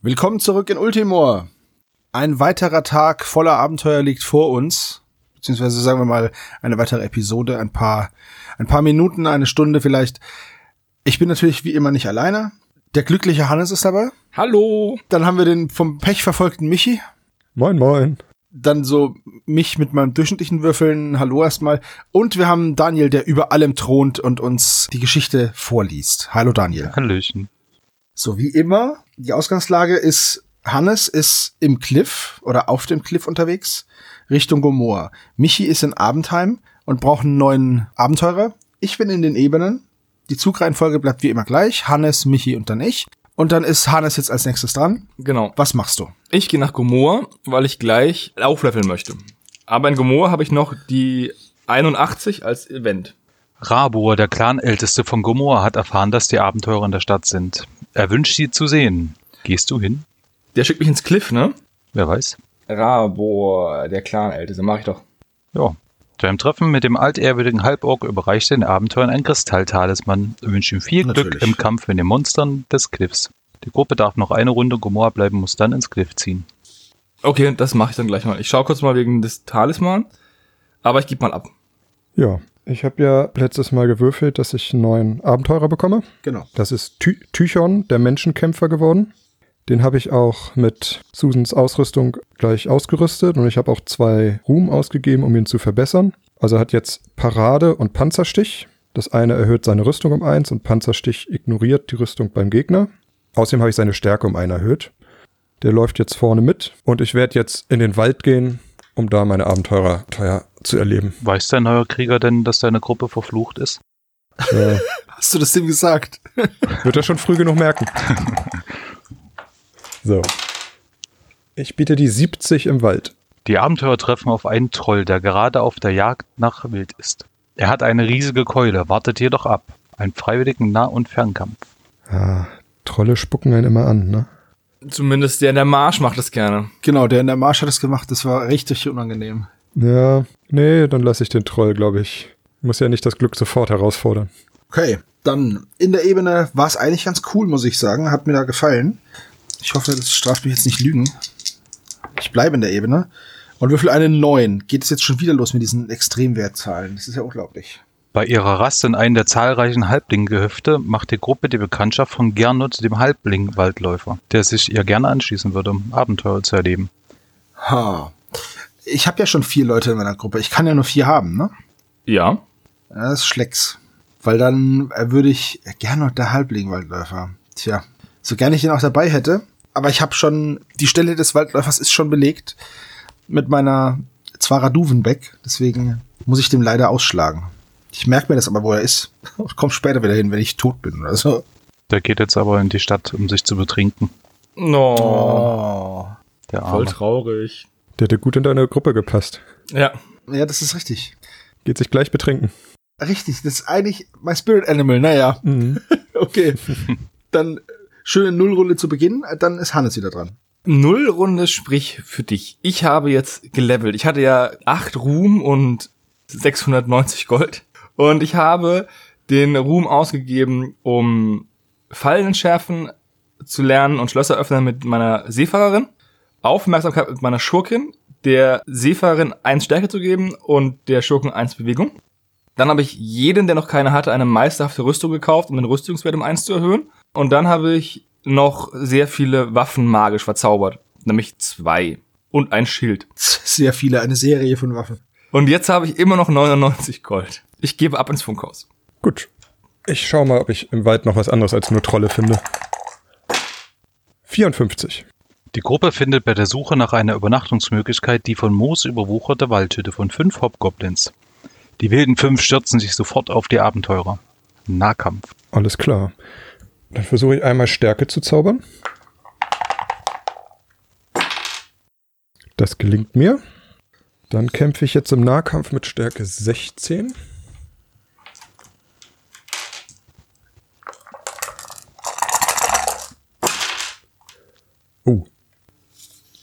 Willkommen zurück in Ultimor. Ein weiterer Tag voller Abenteuer liegt vor uns. Beziehungsweise sagen wir mal eine weitere Episode, ein paar, ein paar Minuten, eine Stunde vielleicht. Ich bin natürlich wie immer nicht alleine. Der glückliche Hannes ist dabei. Hallo. Dann haben wir den vom Pech verfolgten Michi. Moin, moin. Dann so mich mit meinem durchschnittlichen Würfeln. Hallo erstmal. Und wir haben Daniel, der über allem thront und uns die Geschichte vorliest. Hallo Daniel. Hallöchen. So wie immer, die Ausgangslage ist, Hannes ist im Cliff oder auf dem Cliff unterwegs Richtung Gomorra. Michi ist in Abendheim und braucht einen neuen Abenteurer. Ich bin in den Ebenen. Die Zugreihenfolge bleibt wie immer gleich. Hannes, Michi und dann ich. Und dann ist Hannes jetzt als nächstes dran. Genau. Was machst du? Ich gehe nach Gomor, weil ich gleich aufleveln möchte. Aber in Gomor habe ich noch die 81 als Event. Rabor, der Clanälteste von Gomorra, hat erfahren, dass die Abenteurer in der Stadt sind. Er wünscht sie zu sehen. Gehst du hin? Der schickt mich ins Cliff, ne? Wer weiß. Rabor, der Clan-Älteste, mach ich doch. Ja. Zu einem Treffen mit dem altehrwürdigen Halborg überreicht den Abenteurern ein Kristalltalisman und wünscht ihm viel Glück Natürlich. im Kampf mit den Monstern des Cliffs. Die Gruppe darf noch eine Runde Gomorra bleiben, muss dann ins Cliff ziehen. Okay, das mache ich dann gleich mal. Ich schaue kurz mal wegen des Talisman, aber ich gebe mal ab. Ja, ich habe ja letztes Mal gewürfelt, dass ich einen neuen Abenteurer bekomme. Genau. Das ist Ty Tychon, der Menschenkämpfer geworden. Den habe ich auch mit Susans Ausrüstung gleich ausgerüstet und ich habe auch zwei Ruhm ausgegeben, um ihn zu verbessern. Also er hat jetzt Parade und Panzerstich. Das eine erhöht seine Rüstung um eins und Panzerstich ignoriert die Rüstung beim Gegner. Außerdem habe ich seine Stärke um einen erhöht. Der läuft jetzt vorne mit und ich werde jetzt in den Wald gehen, um da meine Abenteurer teuer zu erleben. Weiß dein neuer Krieger denn, dass deine Gruppe verflucht ist? Ja. Hast du das dem gesagt? Wird er schon früh genug merken. So. Ich biete die 70 im Wald. Die Abenteurer treffen auf einen Troll, der gerade auf der Jagd nach Wild ist. Er hat eine riesige Keule, wartet jedoch ab. Ein freiwilligen Nah- und Fernkampf. Ah, Trolle spucken einen immer an, ne? Zumindest der in der Marsch macht das gerne. Genau, der in der Marsch hat das gemacht. Das war richtig unangenehm. Ja, nee, dann lasse ich den Troll, glaube ich. Muss ja nicht das Glück sofort herausfordern. Okay, dann in der Ebene war es eigentlich ganz cool, muss ich sagen. Hat mir da gefallen. Ich hoffe, das straft mich jetzt nicht Lügen. Ich bleibe in der Ebene und würfel einen 9. Geht es jetzt schon wieder los mit diesen Extremwertzahlen? Das ist ja unglaublich. Bei ihrer Rast in einen der zahlreichen Halblinggehöfte macht die Gruppe die Bekanntschaft von Gernot, dem Halbling-Waldläufer, der sich ihr gerne anschließen würde, um Abenteuer zu erleben. Ha. Ich habe ja schon vier Leute in meiner Gruppe. Ich kann ja nur vier haben, ne? Ja. Ja, Das ist Schlecks. Weil dann äh, würde ich gerne noch der Halbling-Waldläufer. Tja, so gerne ich ihn auch dabei hätte. Aber ich habe schon, die Stelle des Waldläufers ist schon belegt mit meiner Zwara Duvenbeck. Deswegen muss ich dem leider ausschlagen. Ich merke mir das aber, wo er ist. Und komm später wieder hin, wenn ich tot bin oder so. Der geht jetzt aber in die Stadt, um sich zu betrinken. No. Oh. Der Voll Arme. traurig. Der hätte gut in deine Gruppe gepasst. Ja. Ja, das ist richtig. Geht sich gleich betrinken. Richtig, das ist eigentlich my spirit animal. Naja, Mhm. okay. Dann äh, schöne Nullrunde zu Beginn. Dann ist Hannes wieder dran. Nullrunde sprich für dich. Ich habe jetzt gelevelt. Ich hatte ja 8 Ruhm und 690 Gold. Und ich habe den Ruhm ausgegeben, um Fallen schärfen zu lernen und Schlösser öffnen mit meiner Seefahrerin. Aufmerksamkeit mit meiner Schurkin, der Seefahrerin 1 Stärke zu geben und der Schurken 1 Bewegung. Dann habe ich jeden, der noch keine hatte, eine meisterhafte Rüstung gekauft, um den Rüstungswert um 1 zu erhöhen. Und dann habe ich noch sehr viele Waffen magisch verzaubert. Nämlich zwei. Und ein Schild. Sehr viele, eine Serie von Waffen. Und jetzt habe ich immer noch 99 Gold. Ich gebe ab ins Funkhaus. Gut. Ich schau mal, ob ich im Wald noch was anderes als nur Trolle finde. 54. Die Gruppe findet bei der Suche nach einer Übernachtungsmöglichkeit die von Moos überwucherte Waldhütte von fünf Hobgoblins. Die wilden fünf stürzen sich sofort auf die Abenteurer. Nahkampf. Alles klar. Dann versuche ich einmal Stärke zu zaubern. Das gelingt mir. Dann kämpfe ich jetzt im Nahkampf mit Stärke 16. Uh.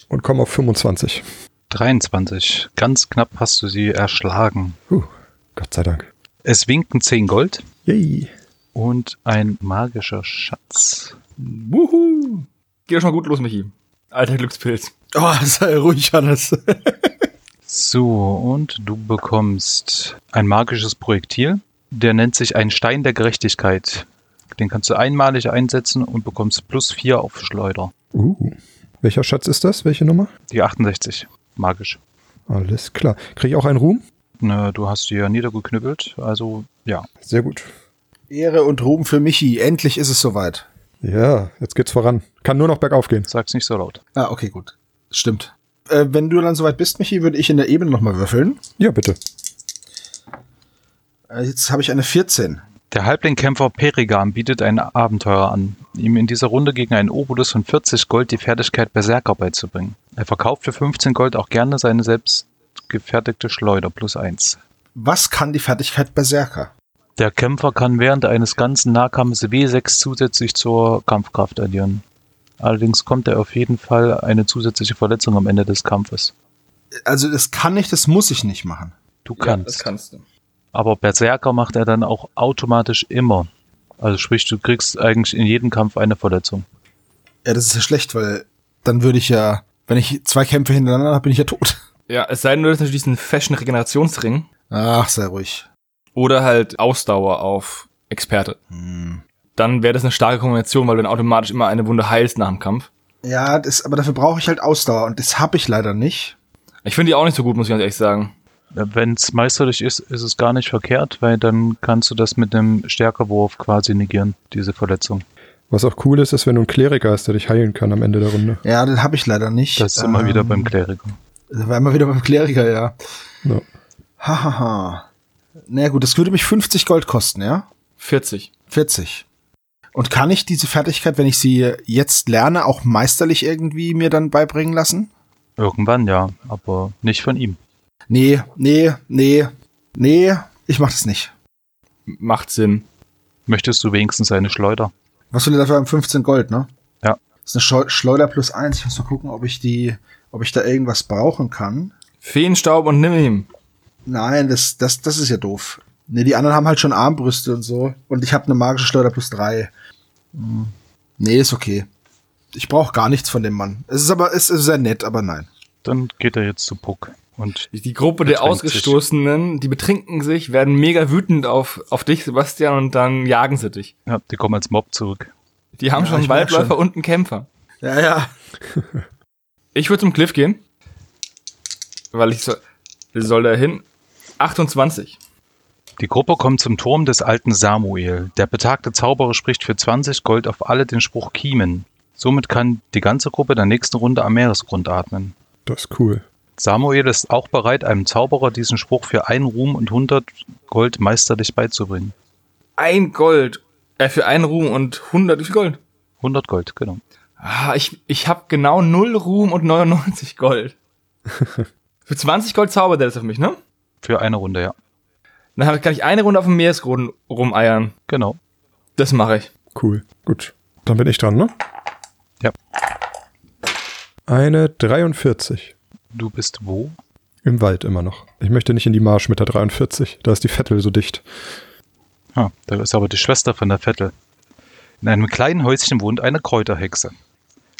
Und komme auf 25. 23. Ganz knapp hast du sie erschlagen. Huh. Uh. Gott sei Dank. Es winken 10 Gold Yay. und ein magischer Schatz. Wuhu! Geht doch schon mal gut los, Michi. Alter Glückspilz. Oh, sei ruhig, Hannes. So, und du bekommst ein magisches Projektil. Der nennt sich ein Stein der Gerechtigkeit. Den kannst du einmalig einsetzen und bekommst plus 4 auf Schleuder. Uh. Welcher Schatz ist das? Welche Nummer? Die 68. Magisch. Alles klar. Kriege ich auch einen Ruhm? Ne, du hast die ja niedergeknüppelt. Also, ja. Sehr gut. Ehre und Ruhm für Michi. Endlich ist es soweit. Ja, jetzt geht's voran. Kann nur noch bergauf gehen. Sag's nicht so laut. Ah, okay, gut. Stimmt. Äh, wenn du dann soweit bist, Michi, würde ich in der Ebene nochmal würfeln. Ja, bitte. Äh, jetzt habe ich eine 14. Der Halblingkämpfer Perigan bietet ein Abenteuer an, ihm in dieser Runde gegen einen Obolus von 40 Gold die Fertigkeit Berserker beizubringen. Er verkauft für 15 Gold auch gerne seine selbst gefertigte Schleuder plus 1. Was kann die Fertigkeit Berserker? Der Kämpfer kann während eines ganzen Nahkampfes W6 zusätzlich zur Kampfkraft addieren. Allerdings kommt er auf jeden Fall eine zusätzliche Verletzung am Ende des Kampfes. Also das kann ich, das muss ich nicht machen. Du Ja, das kannst. kannst du. Aber Berserker macht er dann auch automatisch immer. Also sprich, du kriegst eigentlich in jedem Kampf eine Verletzung. Ja, das ist ja schlecht, weil dann würde ich ja, wenn ich zwei Kämpfe hintereinander habe, bin ich ja tot. Ja, es sei denn, du hast natürlich diesen Fashion-Regenerationsring Ach, sei ruhig. oder halt Ausdauer auf Experte. Hm. Dann wäre das eine starke Kombination, weil du dann automatisch immer eine Wunde heilst nach dem Kampf. Ja, das, aber dafür brauche ich halt Ausdauer und das habe ich leider nicht. Ich finde die auch nicht so gut, muss ich ganz ehrlich sagen. Wenn es Äh, meisterlich ist, ist es gar nicht verkehrt, weil dann kannst du das mit einem Stärkewurf quasi negieren, diese Verletzung. Was auch cool ist, ist, wenn du ein Kleriker hast, der dich heilen kann am Ende der Runde. Ja, das habe ich leider nicht. Das ist immer wieder ähm, beim Kleriker. Da war immer wieder beim Kleriker, ja. Ja. Hahaha. Ha, ha. Na gut, das würde mich 50 Gold kosten, ja? 40. 40. Und kann ich diese Fertigkeit, wenn ich sie jetzt lerne, auch meisterlich irgendwie mir dann beibringen lassen? Irgendwann ja, aber nicht von ihm. Nee, nee, nee, nee, ich mach das nicht. M- Macht Sinn. Möchtest du wenigstens eine Schleuder? Was will dafür haben? 15 Gold, ne? Ja. Das ist eine Scheu- Schleuder plus eins. Ich muss mal gucken, ob ich die, ob ich da irgendwas brauchen kann. Feenstaub und nimm ihn. Nein, das, das, das ist ja doof. Ne, die anderen haben halt schon Armbrüste und so. Und ich habe eine magische Schleuder plus drei. Hm. Nee, ist okay. Ich brauche gar nichts von dem Mann. Es ist aber, es ist sehr nett, aber nein. Dann geht er jetzt zu Puck. Und Die Gruppe der Betrinkt sich. Ausgestoßenen, die betrinken sich, werden mega wütend auf, auf dich, Sebastian, und dann jagen sie dich. ja, die kommen als Mob zurück. Die haben Ja, schon einen ich merk Waldläufer schon. und einen Kämpfer. Ja, ja. Ich würde zum Cliff gehen. Weil ich so. Soll da hin? 28. Die Gruppe kommt zum Turm des alten Samuel. Der betagte Zauberer spricht für 20 Gold auf alle den Spruch Kiemen. Somit kann die ganze Gruppe der nächsten Runde am Meeresgrund atmen. Das ist cool. Samuel ist auch bereit, einem Zauberer diesen Spruch für einen Ruhm und 100 Gold meisterlich beizubringen. Ein Gold. Äh, für einen Ruhm und 100. Wie viel Gold? 100 Gold, genau. Ah, ich, ich habe genau 0 Ruhm und 99 Gold. für 20 Gold zaubert der das auf mich, ne? Für eine Runde, ja. Dann hab- kann ich eine Runde auf dem Meeresgrund rumeiern. Genau. Das mache ich. Cool. Gut. Dann bin ich dran, ne? Ja. Eine 43. Du bist wo? Im Wald immer noch. Ich möchte nicht in die Marsch mit der 43. Da ist die Vettel so dicht. Ah, da ist aber die Schwester von der Vettel. In einem kleinen Häuschen wohnt eine Kräuterhexe.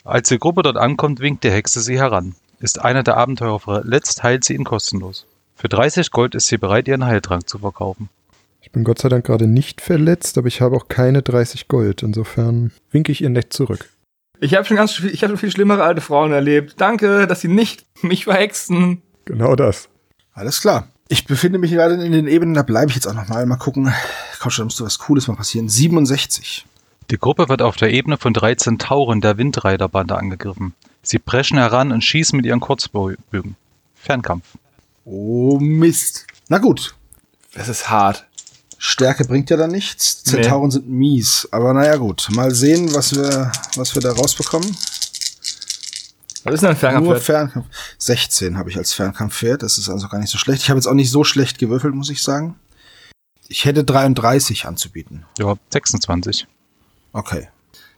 Als die Gruppe dort ankommt, winkt die Hexe sie heran. Ist einer der Abenteurer verletzt, heilt sie ihn kostenlos. Für 30 Gold ist sie bereit, ihren Heiltrank zu verkaufen. Ich bin Gott sei Dank gerade nicht verletzt, aber ich habe auch keine 30 Gold. Insofern winke ich ihr nett zurück. Ich habe schon ganz viel, ich habe schon viel schlimmere alte Frauen erlebt. Danke, dass sie nicht mich verhexen. Genau das. Alles klar. Ich befinde mich gerade in den Ebenen, da bleibe ich jetzt auch nochmal. Mal gucken. Komm schon, da müsste was Cooles mal passieren. 67. Die Gruppe wird auf der Ebene von 13 Tauren der Windreiterbande angegriffen. Sie preschen heran und schießen mit ihren Kurzbögen. Fernkampf. Oh Mist. Na gut. Das ist hart. Stärke bringt ja dann nichts. Nee. Zentauren sind mies. Aber naja, gut. Mal sehen, was wir, was wir da rausbekommen. Was ist denn ein Nur Fernkampf? Fernkampf. 16 habe ich als Fernkampfwert. Das ist also gar nicht so schlecht. Ich habe jetzt auch nicht so schlecht gewürfelt, muss ich sagen. Ich hätte 33 anzubieten. Ja, 26. Okay.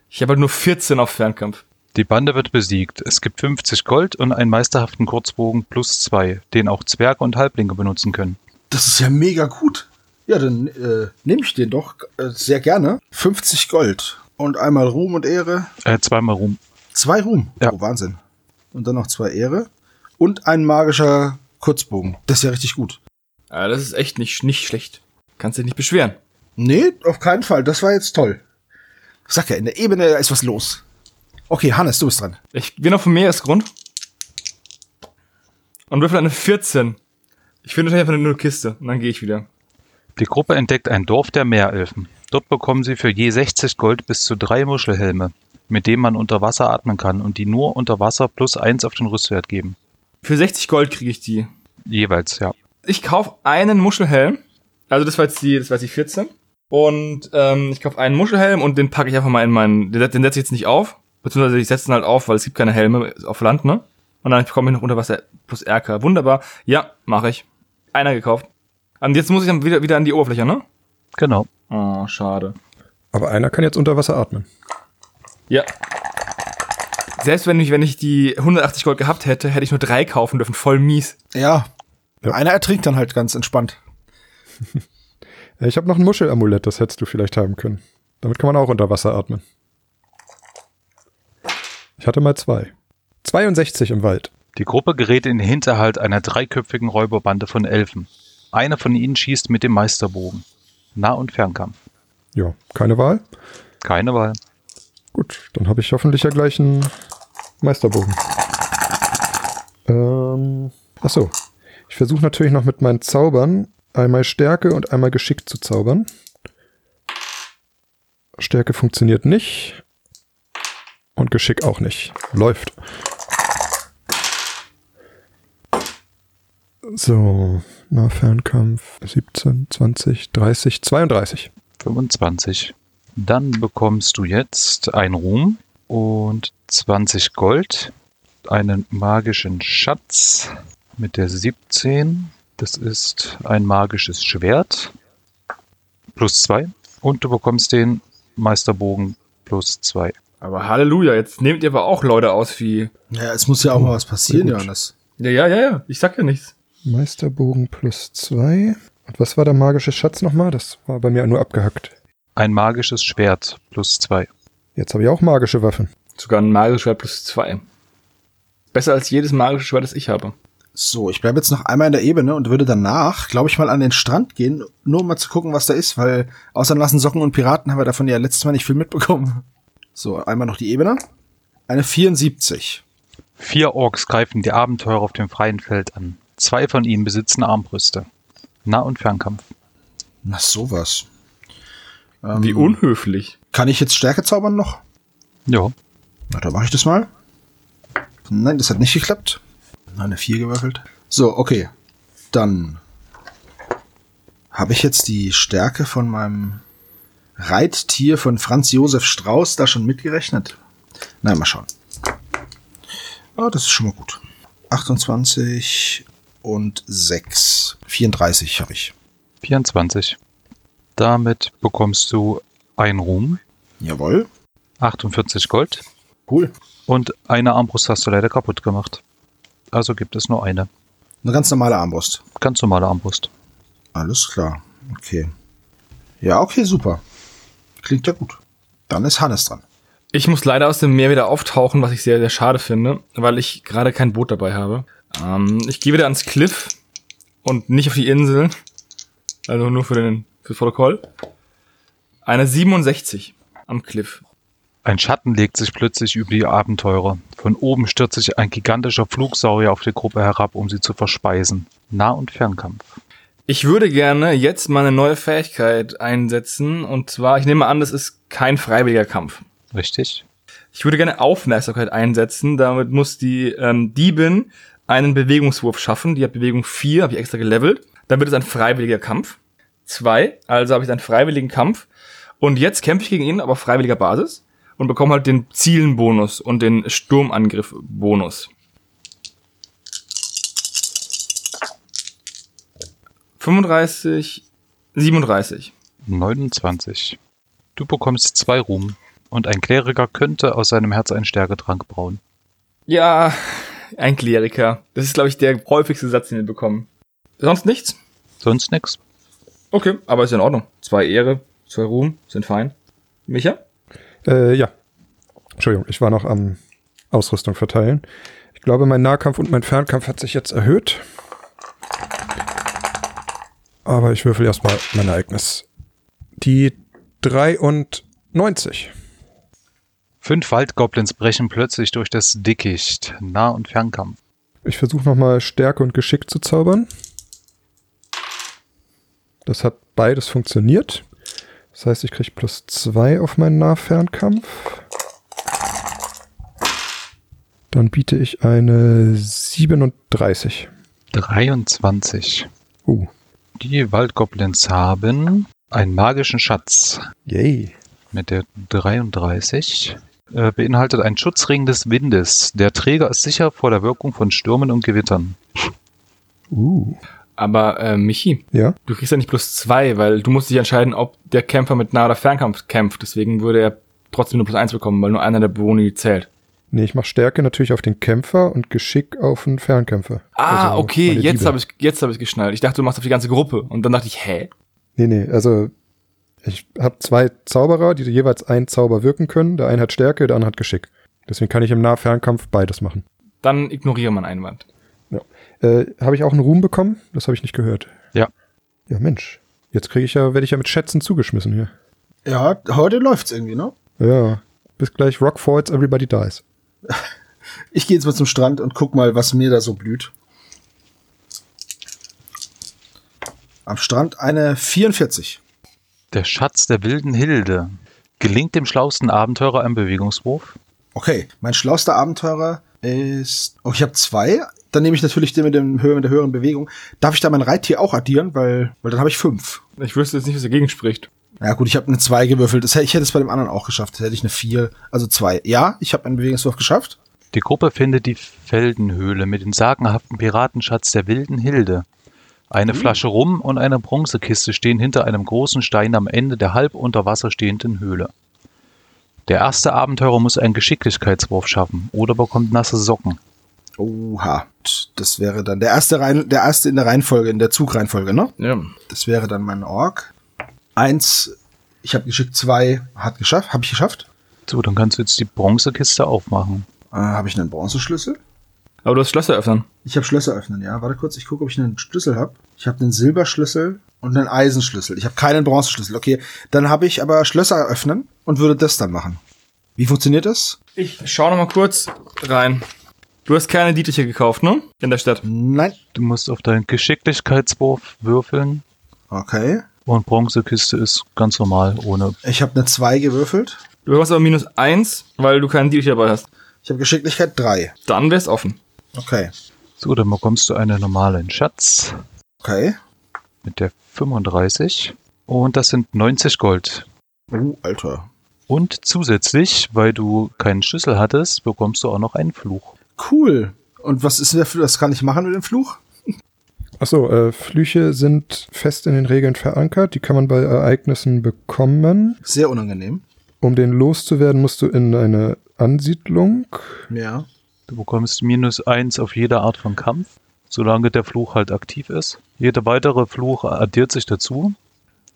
Ich habe halt nur 14 auf Fernkampf. Die Bande wird besiegt. Es gibt 50 Gold und einen meisterhaften Kurzbogen plus 2, den auch Zwerge und Halblinge benutzen können. Das ist ja mega gut. Ja, dann äh, nehme ich den doch äh, sehr gerne. 50 Gold und einmal Ruhm und Ehre. Äh, zweimal Ruhm. Zwei Ruhm. Ja. Oh, Wahnsinn. Und dann noch zwei Ehre. Und ein magischer Kurzbogen. Das ist ja richtig gut. Ja, Ah, das ist echt nicht, nicht schlecht. Kannst dich nicht beschweren. Nee, auf keinen Fall. Das war jetzt toll. Ich sag ja, in der Ebene da ist was los. Okay, Hannes, du bist dran. Ich bin auf dem Meeresgrund. Und würfel eine 14. Ich finde einfach eine Nullkiste. Und dann gehe ich wieder. Die Gruppe entdeckt ein Dorf der Meerelfen. Dort bekommen sie für je 60 Gold bis zu drei Muschelhelme, mit denen man unter Wasser atmen kann und die nur unter Wasser plus eins auf den Rüstwert geben. Für 60 Gold kriege ich die. Jeweils, ja. Ich kaufe einen Muschelhelm. Also das war jetzt die, das war jetzt die 14. Und ähm, ich kaufe einen Muschelhelm und den packe ich einfach mal in meinen. Den, den setze ich jetzt nicht auf. Beziehungsweise ich setze ihn halt auf, weil es gibt keine Helme auf Land, ne? Und dann bekomme ich noch Unterwasser plus RK. Wunderbar. Ja, mache ich. Einer gekauft. Und jetzt muss ich dann wieder, wieder an die Oberfläche, ne? Genau. Oh, schade. Aber einer kann jetzt unter Wasser atmen. Ja. Selbst wenn ich, wenn ich die 180 Gold gehabt hätte, hätte ich nur drei kaufen dürfen. Voll mies. Ja. Ja. Einer ertrinkt dann halt ganz entspannt. Ja, Ich habe noch ein Muschelamulett, das hättest du vielleicht haben können. Damit kann man auch unter Wasser atmen. Ich hatte mal zwei. 62 im Wald. Die Gruppe gerät in den Hinterhalt einer dreiköpfigen Räuberbande von Elfen. Einer von ihnen schießt mit dem Meisterbogen. Nah- und Fernkampf. Ja, keine Wahl. Keine Wahl. Gut, dann habe ich hoffentlich ja gleich einen Meisterbogen. Ähm, ach so. Ich versuche natürlich noch mit meinen Zaubern einmal Stärke und einmal Geschick zu zaubern. Stärke funktioniert nicht. Und Geschick auch nicht. Läuft. So, Nahfernkampf 17, 20, 30, 32. 25. Dann bekommst du jetzt einen Ruhm und 20 Gold, einen magischen Schatz mit der 17. Das ist ein magisches Schwert plus 2 und du bekommst den Meisterbogen plus 2. Aber Halleluja, jetzt nehmt ihr aber auch Leute aus wie. Ja, es muss ja auch mal was passieren, Sehr gut. Johannes. Ja, ja, ja, ja. Ich sag ja nichts. Meisterbogen plus zwei. Und was war der magische Schatz nochmal? Das war bei mir nur abgehackt. Ein magisches Schwert plus 2. Jetzt habe ich auch magische Waffen. Sogar ein magisches Schwert plus zwei. Besser als jedes magische Schwert, das ich habe. So, ich bleibe jetzt noch einmal in der Ebene und würde danach, glaube ich, mal an den Strand gehen, nur um mal zu gucken, was da ist, weil außer nassen Socken und Piraten haben wir davon ja letztes Mal nicht viel mitbekommen. So, einmal noch die Ebene. Eine 74. Vier Orks greifen die Abenteurer auf dem freien Feld an. Zwei von ihnen besitzen Armbrüste. Nah- und Fernkampf. Na, sowas. Ähm, Wie unhöflich. Kann ich jetzt Stärke zaubern noch? Ja. Na, dann mache ich das mal. Nein, das hat nicht geklappt. Na, Eine 4 gewürfelt. So, okay. Dann habe ich jetzt die Stärke von meinem Reittier von Franz Josef Strauß da schon mitgerechnet? Nein, mal schauen. Ah, das ist schon mal gut. 28 und 6. 34 habe ich. 24. Damit bekommst du ein Ruhm, Jawohl. 48 Gold Cool. und eine Armbrust hast du leider kaputt gemacht. Also gibt es nur eine. Eine ganz normale Armbrust. Ganz normale Armbrust. Alles klar. Okay. Ja, okay, super. Klingt ja gut. Dann ist Hannes dran. Ich muss leider aus dem Meer wieder auftauchen, was ich sehr, sehr schade finde, weil ich gerade kein Boot dabei habe. Ähm, ich gehe wieder ans Cliff und nicht auf die Insel. Also nur für den fürs Protokoll. Eine 67 am Cliff. Ein Schatten legt sich plötzlich über die Abenteurer. Von oben stürzt sich ein gigantischer Flugsaurier auf die Gruppe herab, um sie zu verspeisen. Nah- und Fernkampf. Ich würde gerne jetzt meine neue Fähigkeit einsetzen. Und zwar, ich nehme an, das ist kein freiwilliger Kampf. Richtig? Ich würde gerne Aufmerksamkeit einsetzen. Damit muss die ähm, Diebin einen Bewegungswurf schaffen. Die hat Bewegung 4, habe ich extra gelevelt. Dann wird es ein freiwilliger Kampf. 2, also habe ich einen freiwilligen Kampf. Und jetzt kämpfe ich gegen ihn, aber auf freiwilliger Basis. Und bekomme halt den Zielenbonus und den Sturmangriffbonus. 35, 37. 29. Du bekommst zwei Ruhm und ein Kleriker könnte aus seinem Herz einen Stärketrank brauen. Ja, ein Kleriker. Das ist, glaube ich, der häufigste Satz, den wir bekommen. Sonst nichts? Sonst nix? Okay, aber ist in Ordnung. Zwei Ehre, zwei Ruhm, sind fein. Micha? Äh, ja. Entschuldigung, ich war noch am Ausrüstung verteilen. Ich glaube, mein Nahkampf und mein Fernkampf hat sich jetzt erhöht. Aber ich würfel erstmal mein Ereignis. Die 93. Fünf Waldgoblins brechen plötzlich durch das Dickicht. Nah- und Fernkampf. Ich versuche nochmal Stärke und Geschick zu zaubern. Das hat beides funktioniert. Das heißt, ich kriege plus 2 auf meinen Nahfernkampf. Dann biete ich eine 37. 23. Uh, Die Waldgoblins haben einen magischen Schatz. yay. mit der 33. Äh, beinhaltet einen Schutzring des Windes. Der Träger ist sicher vor der Wirkung von Stürmen und Gewittern. Uh, Aber äh, Michi, ja. du kriegst ja nicht plus zwei, weil du musst dich entscheiden, ob der Kämpfer mit Nah- oder Fernkampf kämpft. Deswegen würde er trotzdem nur plus eins bekommen, weil nur einer der Boni zählt. Nee, ich mache Stärke natürlich auf den Kämpfer und Geschick auf den Fernkämpfer. Ah, Also okay, meine jetzt Liebe. habe ich jetzt habe ich geschnallt. Ich dachte, du machst auf die ganze Gruppe und dann dachte ich, hä? Nee, nee, also ich habe zwei Zauberer, die jeweils einen Zauber wirken können. Der eine hat Stärke, der andere hat Geschick. Deswegen kann ich im Nahfernkampf beides machen. Dann ignoriere man Einwand. Äh, habe ich auch einen Ruhm bekommen? Das habe ich nicht gehört. Ja. Ja, Mensch. Jetzt kriege ich ja, werde ich ja mit Schätzen zugeschmissen hier. Ja, heute läuft's irgendwie, ne? Ja. Bis gleich Rock Falls, Everybody Dies. Ich gehe jetzt mal zum Strand und guck mal, was mir da so blüht. Am Strand eine 44. Der Schatz der wilden Hilde. Gelingt dem schlausten Abenteurer ein Bewegungswurf? Okay, mein schlauster Abenteurer ist. Oh, ich habe zwei. Dann nehme ich natürlich den mit, dem, hö- mit der höheren Bewegung. Darf ich da mein Reittier auch addieren? Weil, weil dann habe ich fünf. Ich wüsste jetzt nicht, was dagegen spricht. Ja gut, ich habe eine zwei gewürfelt. Das, hätte- ich hätte es bei dem anderen auch geschafft. Hätte ich eine vier, also zwei. Ja, ich habe einen Bewegungswurf geschafft. Die Gruppe findet die Feldenhöhle mit dem sagenhaften Piratenschatz der wilden Hilde. Eine Flasche Rum und eine Bronzekiste stehen hinter einem großen Stein am Ende der halb unter Wasser stehenden Höhle. Der erste Abenteurer muss einen Geschicklichkeitswurf schaffen oder bekommt nasse Socken. Oha. Das wäre dann der erste, Reihen, der erste in der Reihenfolge, in der Zugreihenfolge, ne? Ja. Das wäre dann mein Org. Eins, ich habe geschickt, zwei hat geschafft, habe ich geschafft. So, dann kannst du jetzt die Bronzekiste aufmachen. Äh, habe ich einen Bronzeschlüssel? Aber du hast Schlösser öffnen. Ich habe Schlösser öffnen, ja. Warte kurz, ich gucke, ob ich einen Schlüssel habe. Ich habe einen Silberschlüssel und einen Eisenschlüssel. Ich habe keinen Bronzeschlüssel. Okay, dann habe ich aber Schlösser öffnen und würde das dann machen. Wie funktioniert das? Ich schau noch mal kurz rein. Du hast keine Dietriche gekauft, ne? In der Stadt. Nein. Du musst auf deinen Geschicklichkeitswurf würfeln Okay. und Bronzekiste ist ganz normal ohne. Ich habe eine zwei gewürfelt. Du hast aber minus eins, weil du keinen Dietrich dabei hast. Ich habe Geschicklichkeit drei. Dann wär's offen. Okay. So, dann bekommst du einen normalen Schatz Okay. mit der 35 und das sind 90 Gold. Uh, Alter. Und zusätzlich, weil du keinen Schlüssel hattest, bekommst du auch noch einen Fluch. Cool. Und was ist denn dafür? Das kann ich machen mit dem Fluch? Achso, äh, Flüche sind fest in den Regeln verankert. Die kann man bei Ereignissen bekommen. Sehr unangenehm. Um den loszuwerden, musst du in eine Ansiedlung. Ja. Du bekommst minus 1 auf jede Art von Kampf, solange der Fluch halt aktiv ist. Jeder weitere Fluch addiert sich dazu.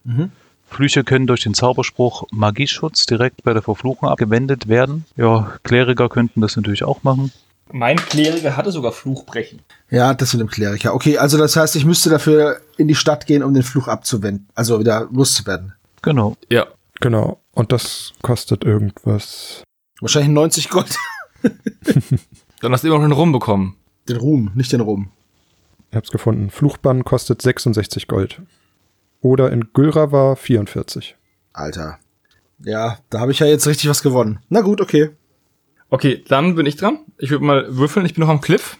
Mhm. Flüche können durch den Zauberspruch Magieschutz direkt bei der Verfluchung abgewendet werden. Ja, Kleriker könnten das natürlich auch machen. Mein Kleriker hatte sogar Fluchbrechen. Ja, das mit dem Kleriker. Okay, also das heißt, ich müsste dafür in die Stadt gehen, um den Fluch abzuwenden. Also wieder loszuwerden. Genau. Ja. Genau. Und das kostet irgendwas. Wahrscheinlich 90 Gold. Dann hast du immer noch einen rumbekommen. Den Ruhm, nicht den Ruhm. Ich hab's gefunden. Fluchbann kostet 66 Gold. Oder in Gülrava 44. Alter. Ja, da habe ich ja jetzt richtig was gewonnen. Na gut, okay. Okay, dann bin ich dran. Ich würde mal würfeln. Ich bin noch am Cliff.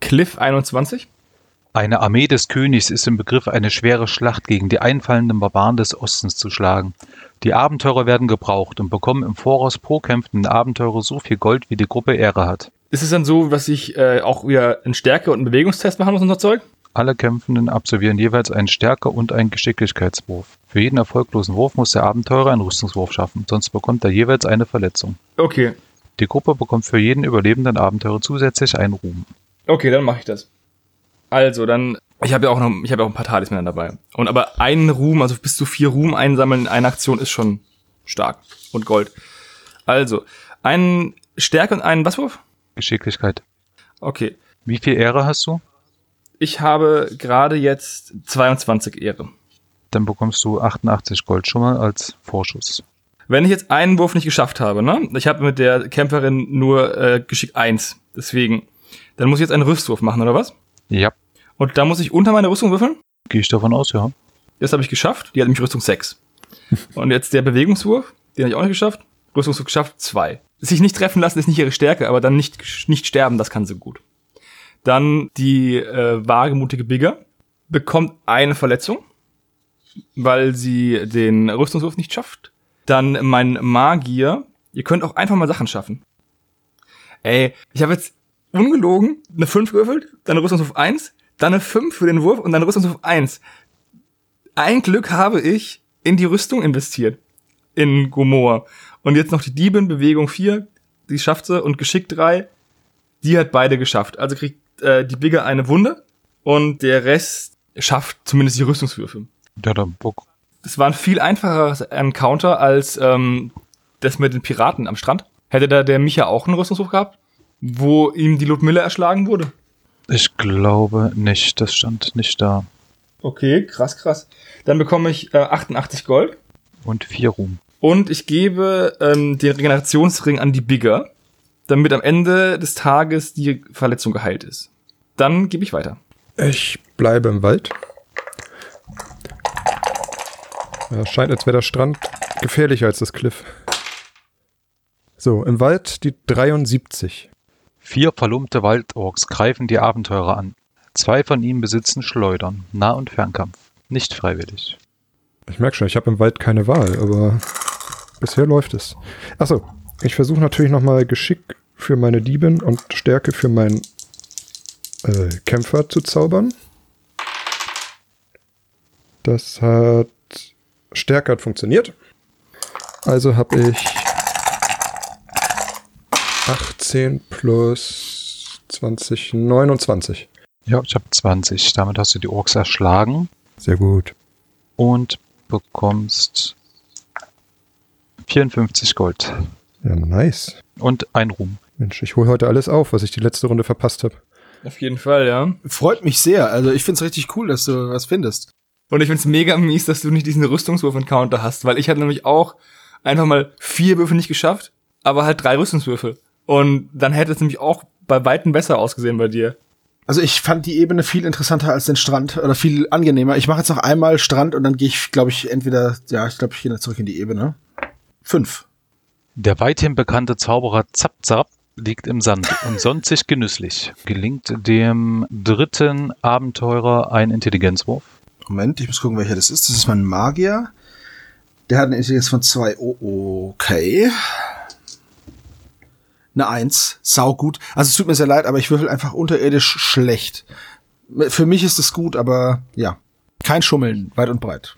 Cliff 21. Eine Armee des Königs ist im Begriff, eine schwere Schlacht gegen die einfallenden Barbaren des Ostens zu schlagen. Die Abenteurer werden gebraucht und bekommen im Voraus pro kämpfenden Abenteurer so viel Gold, wie die Gruppe Ehre hat. Ist es dann so, dass ich äh, auch wieder einen Stärke- und einen Bewegungstest machen muss und so Zeug? Alle Kämpfenden absolvieren jeweils einen Stärke- und einen Geschicklichkeitswurf. Für jeden erfolglosen Wurf muss der Abenteurer einen Rüstungswurf schaffen, sonst bekommt er jeweils eine Verletzung. Okay. Die Gruppe bekommt für jeden überlebenden Abenteurer zusätzlich einen Ruhm. Okay, dann mache ich das. Also, dann. Ich habe ja auch noch, ich habe ja auch ein paar Talismänner dabei. Und aber einen Ruhm, also bis zu vier Ruhm einsammeln in einer Aktion ist schon stark. Und Gold. Also, Einen Stärke und einen Waswurf? Geschicklichkeit. Okay. Wie viel Ehre hast du? Ich habe gerade jetzt 22 Ehre. Dann bekommst du 88 Gold schon mal als Vorschuss. Wenn ich jetzt einen Wurf nicht geschafft habe, ne? Ich habe mit der Kämpferin nur äh, Geschick 1. Deswegen. Dann muss ich jetzt einen Rüstwurf machen, oder was? Ja, Und da muss ich unter meine Rüstung würfeln. gehe ich davon aus, ja. Das habe ich geschafft. Die hat nämlich Rüstung 6. Und jetzt der Bewegungswurf, den habe ich auch nicht geschafft. Rüstungswurf geschafft 2. Sich nicht treffen lassen ist nicht ihre Stärke, aber dann nicht, nicht sterben, das kann sie gut. Dann die äh, wagemutige Bigger bekommt eine Verletzung, weil sie den Rüstungswurf nicht schafft. Dann mein Magier. Ihr könnt auch einfach mal Sachen schaffen. Ey, ich habe jetzt ungelogen eine 5 gewürfelt, dann eine Rüstungswurf 1, dann eine 5 für den Wurf und dann Rüstungswurf 1 ein Glück habe ich in die Rüstung investiert. In Gomorrah. Und jetzt noch die Diebin, Bewegung 4, die schafft sie. Und Geschick 3, die hat beide geschafft. Also kriegt äh, die Bigger eine Wunde und der Rest schafft zumindest die Rüstungswürfe. Ja, dann Bock. Das war ein viel einfacheres Encounter als ähm, das mit den Piraten am Strand. Hätte da der Micha auch einen Rüstungswurf gehabt, wo ihm die Ludmilla erschlagen wurde? Ich glaube nicht, das stand nicht da. Okay, krass, krass. Dann bekomme ich äh, 88 Gold. Und vier Ruhm. Und ich gebe ähm, den Regenerationsring an die Bigger, damit am Ende des Tages die Verletzung geheilt ist. Dann gebe ich weiter. Ich bleibe im Wald. Ja, scheint, als wäre der Strand gefährlicher als das Cliff. So, im Wald die 73. Vier verlumpte Waldorks greifen die Abenteurer an. Zwei von ihnen besitzen Schleudern, Nah- und Fernkampf. Nicht freiwillig. Ich merke schon, ich habe im Wald keine Wahl, aber bisher läuft es. Achso, ich versuche natürlich nochmal Geschick für meine Diebin und Stärke für meinen äh, Kämpfer zu zaubern. Das hat. Stärke hat funktioniert. Also habe ich 18 plus 20, 29. Ja, ich habe 20. Damit hast du die Orks erschlagen Sehr gut. und bekommst 54 Gold Ja, nice. und ein Ruhm. Mensch, ich hole heute alles auf, was ich die letzte Runde verpasst habe. Auf jeden Fall, ja. Freut mich sehr. Also ich find's richtig cool, dass du was findest. Und ich find's mega mies, dass du nicht diesen Rüstungswurf-Encounter hast, weil ich hatte nämlich auch einfach mal vier Würfe nicht geschafft, aber halt drei Rüstungswürfe. Und dann hätte es nämlich auch bei Weitem besser ausgesehen bei dir. Also ich fand die Ebene viel interessanter als den Strand oder viel angenehmer. Ich mache jetzt noch einmal Strand und dann gehe ich, glaube ich, entweder, ja, ich glaube, ich gehe dann zurück in die Ebene. Fünf. Der weithin bekannte Zauberer Zapzap liegt im Sand und sonnt sich genüsslich. Gelingt dem dritten Abenteurer ein Intelligenzwurf. Moment, ich muss gucken, welcher das ist. Das ist mein Magier. Der hat eine Intelligenz von zwei. Oh, okay. Eine Eins. Sau gut. Also es tut mir sehr leid, aber ich würfel einfach unterirdisch schlecht. Für mich ist es gut, aber ja. Kein Schummeln, weit und breit.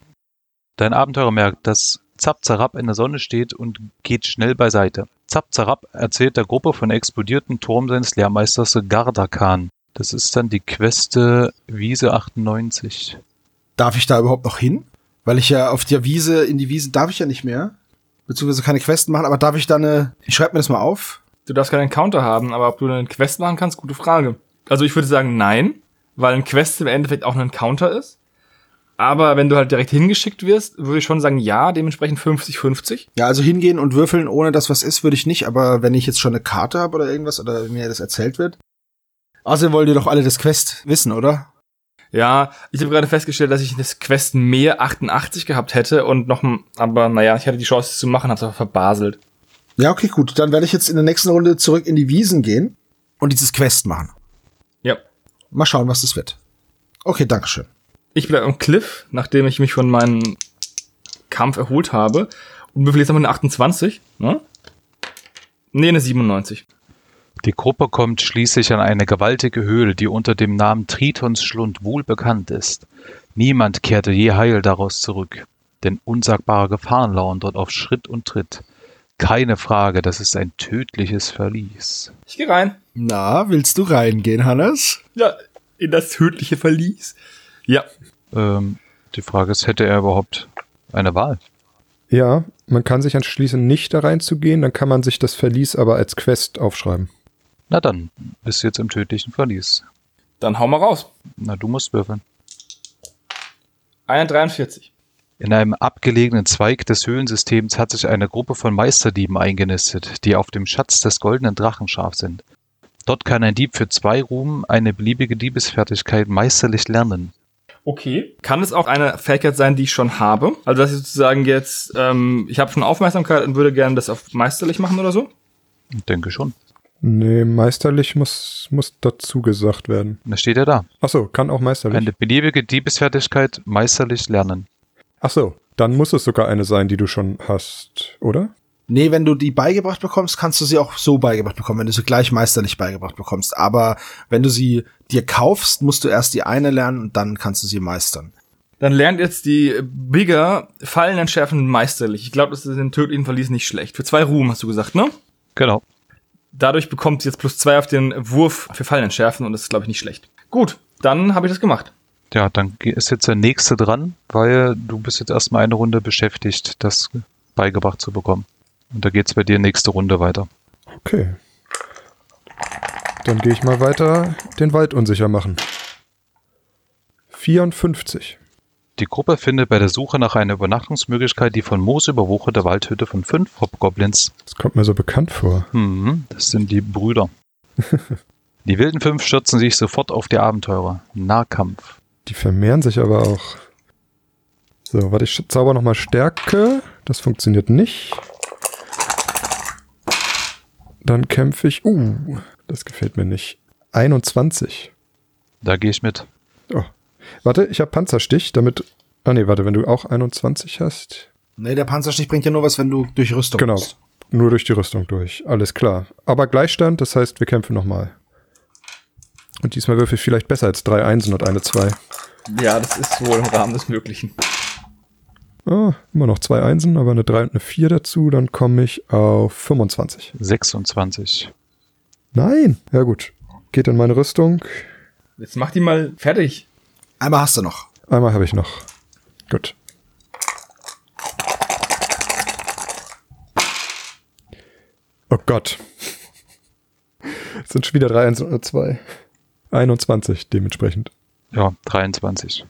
Dein Abenteurer merkt, dass Zapzarab in der Sonne steht und geht schnell beiseite. Zapzarab erzählt der Gruppe von explodierten Turm seines Lehrmeisters Gardakan. Das ist dann die Queste Wiese 98. Darf ich da überhaupt noch hin? Weil ich ja auf der Wiese, in die Wiese darf ich ja nicht mehr. Beziehungsweise keine Questen machen, aber darf ich da eine. Ich schreibe mir das mal auf. Du darfst keinen Encounter haben, aber ob du einen Quest machen kannst, gute Frage. Also ich würde sagen, nein, weil ein Quest im Endeffekt auch ein Encounter ist. Aber wenn du halt direkt hingeschickt wirst, würde ich schon sagen, ja, dementsprechend 50-50. Ja, also hingehen und würfeln, ohne dass was ist, würde ich nicht, aber wenn ich jetzt schon eine Karte habe oder irgendwas oder mir das erzählt wird. Außerdem wollen die doch alle das Quest wissen, oder? Ja, ich habe gerade festgestellt, dass ich das Quest mehr 88 gehabt hätte und noch, ein- aber naja, ich hatte die Chance es zu machen, hab's aber verbaselt. Ja, okay, gut. Dann werde ich jetzt in der nächsten Runde zurück in die Wiesen gehen und dieses Quest machen. Ja. Mal schauen, was das wird. Okay, Dankeschön. Ich bleibe am Cliff, nachdem ich mich von meinem Kampf erholt habe. Und würfel jetzt nochmal eine 28, ne? Nee, eine 97. Die Gruppe kommt schließlich an eine gewaltige Höhle, die unter dem Namen Tritons Schlund wohl bekannt ist. Niemand kehrte je heil daraus zurück, denn unsagbare Gefahren lauern dort auf Schritt und Tritt. Keine Frage, das ist ein tödliches Verlies. Ich gehe rein. Na, willst du reingehen, Hannes? Ja, in das tödliche Verlies. Ja. Ähm, die Frage ist, hätte er überhaupt eine Wahl? Ja, Man kann sich entschließen, nicht da reinzugehen, dann kann man sich das Verlies aber als Quest aufschreiben. Na dann, bist du jetzt im tödlichen Verlies. Dann hau mal raus. Na, du musst würfeln. 1,43. In einem abgelegenen Zweig des Höhlensystems hat sich eine Gruppe von Meisterdieben eingenistet, die auf dem Schatz des goldenen Drachen scharf sind. Dort kann ein Dieb für zwei Ruhm eine beliebige Diebesfertigkeit meisterlich lernen. Okay. Kann es auch eine Fähigkeit sein, die ich schon habe? Also dass ich sozusagen jetzt, ähm, ich habe schon Aufmerksamkeit und würde gerne das auf meisterlich machen oder so? Ich denke schon. Nee, meisterlich muss, muss dazu gesagt werden. Da steht er da. Achso, kann auch meisterlich. Eine beliebige Diebesfertigkeit meisterlich lernen. Achso, dann muss es sogar eine sein, die du schon hast, oder? Nee, wenn du die beigebracht bekommst, kannst du sie auch so beigebracht bekommen, wenn du sie gleich meisterlich beigebracht bekommst. Aber wenn du sie dir kaufst, musst du erst die eine lernen und dann kannst du sie meistern. Dann lernt jetzt die Bigger Fallen entschärfen meisterlich. Ich glaube, das ist in tödlichen Verlies nicht schlecht. Für zwei Ruhm hast du gesagt, ne? Genau. Dadurch bekommt sie jetzt plus zwei auf den Wurf für Fallen entschärfen und das ist, glaube ich, nicht schlecht. Gut, dann habe ich das gemacht. Ja, dann ge- ist jetzt der nächste dran, weil du bist jetzt erstmal eine Runde beschäftigt, das beigebracht zu bekommen. Und da geht's bei dir nächste Runde weiter. Okay. Dann gehe ich mal weiter den Wald unsicher machen. 54. Die Gruppe findet bei der Suche nach einer Übernachtungsmöglichkeit die von Moos überwucherte Waldhütte von fünf Hobgoblins. Das kommt mir so bekannt vor. Mhm, das sind die Brüder. die wilden fünf stürzen sich sofort auf die Abenteurer. Nahkampf. Die vermehren sich aber auch. So, warte, ich sch- zauber nochmal Stärke. Das funktioniert nicht. Dann kämpfe ich. Uh, das gefällt mir nicht. 21. Da gehe ich mit. Oh. Warte, ich habe Panzerstich, damit. Ah nee, warte, wenn du auch 21 hast. Nee, der Panzerstich bringt ja nur was, wenn du durch Rüstung Genau. bist. Nur durch die Rüstung durch. Alles klar. Aber Gleichstand, das heißt, wir kämpfen nochmal. Und diesmal würfel ich vielleicht besser als drei Einsen und eine Zwei. Ja, das ist wohl im Rahmen des Möglichen. Ah, immer noch zwei Einsen, aber eine drei und eine vier dazu, dann komme ich auf 25. 26. Nein! Ja gut. Geht in meine Rüstung. Jetzt mach die mal fertig. Einmal hast du noch. Einmal habe ich noch. Gut. Oh Gott. Es sind schon wieder 3, 1 oder 2. 21 dementsprechend. Ja, 23.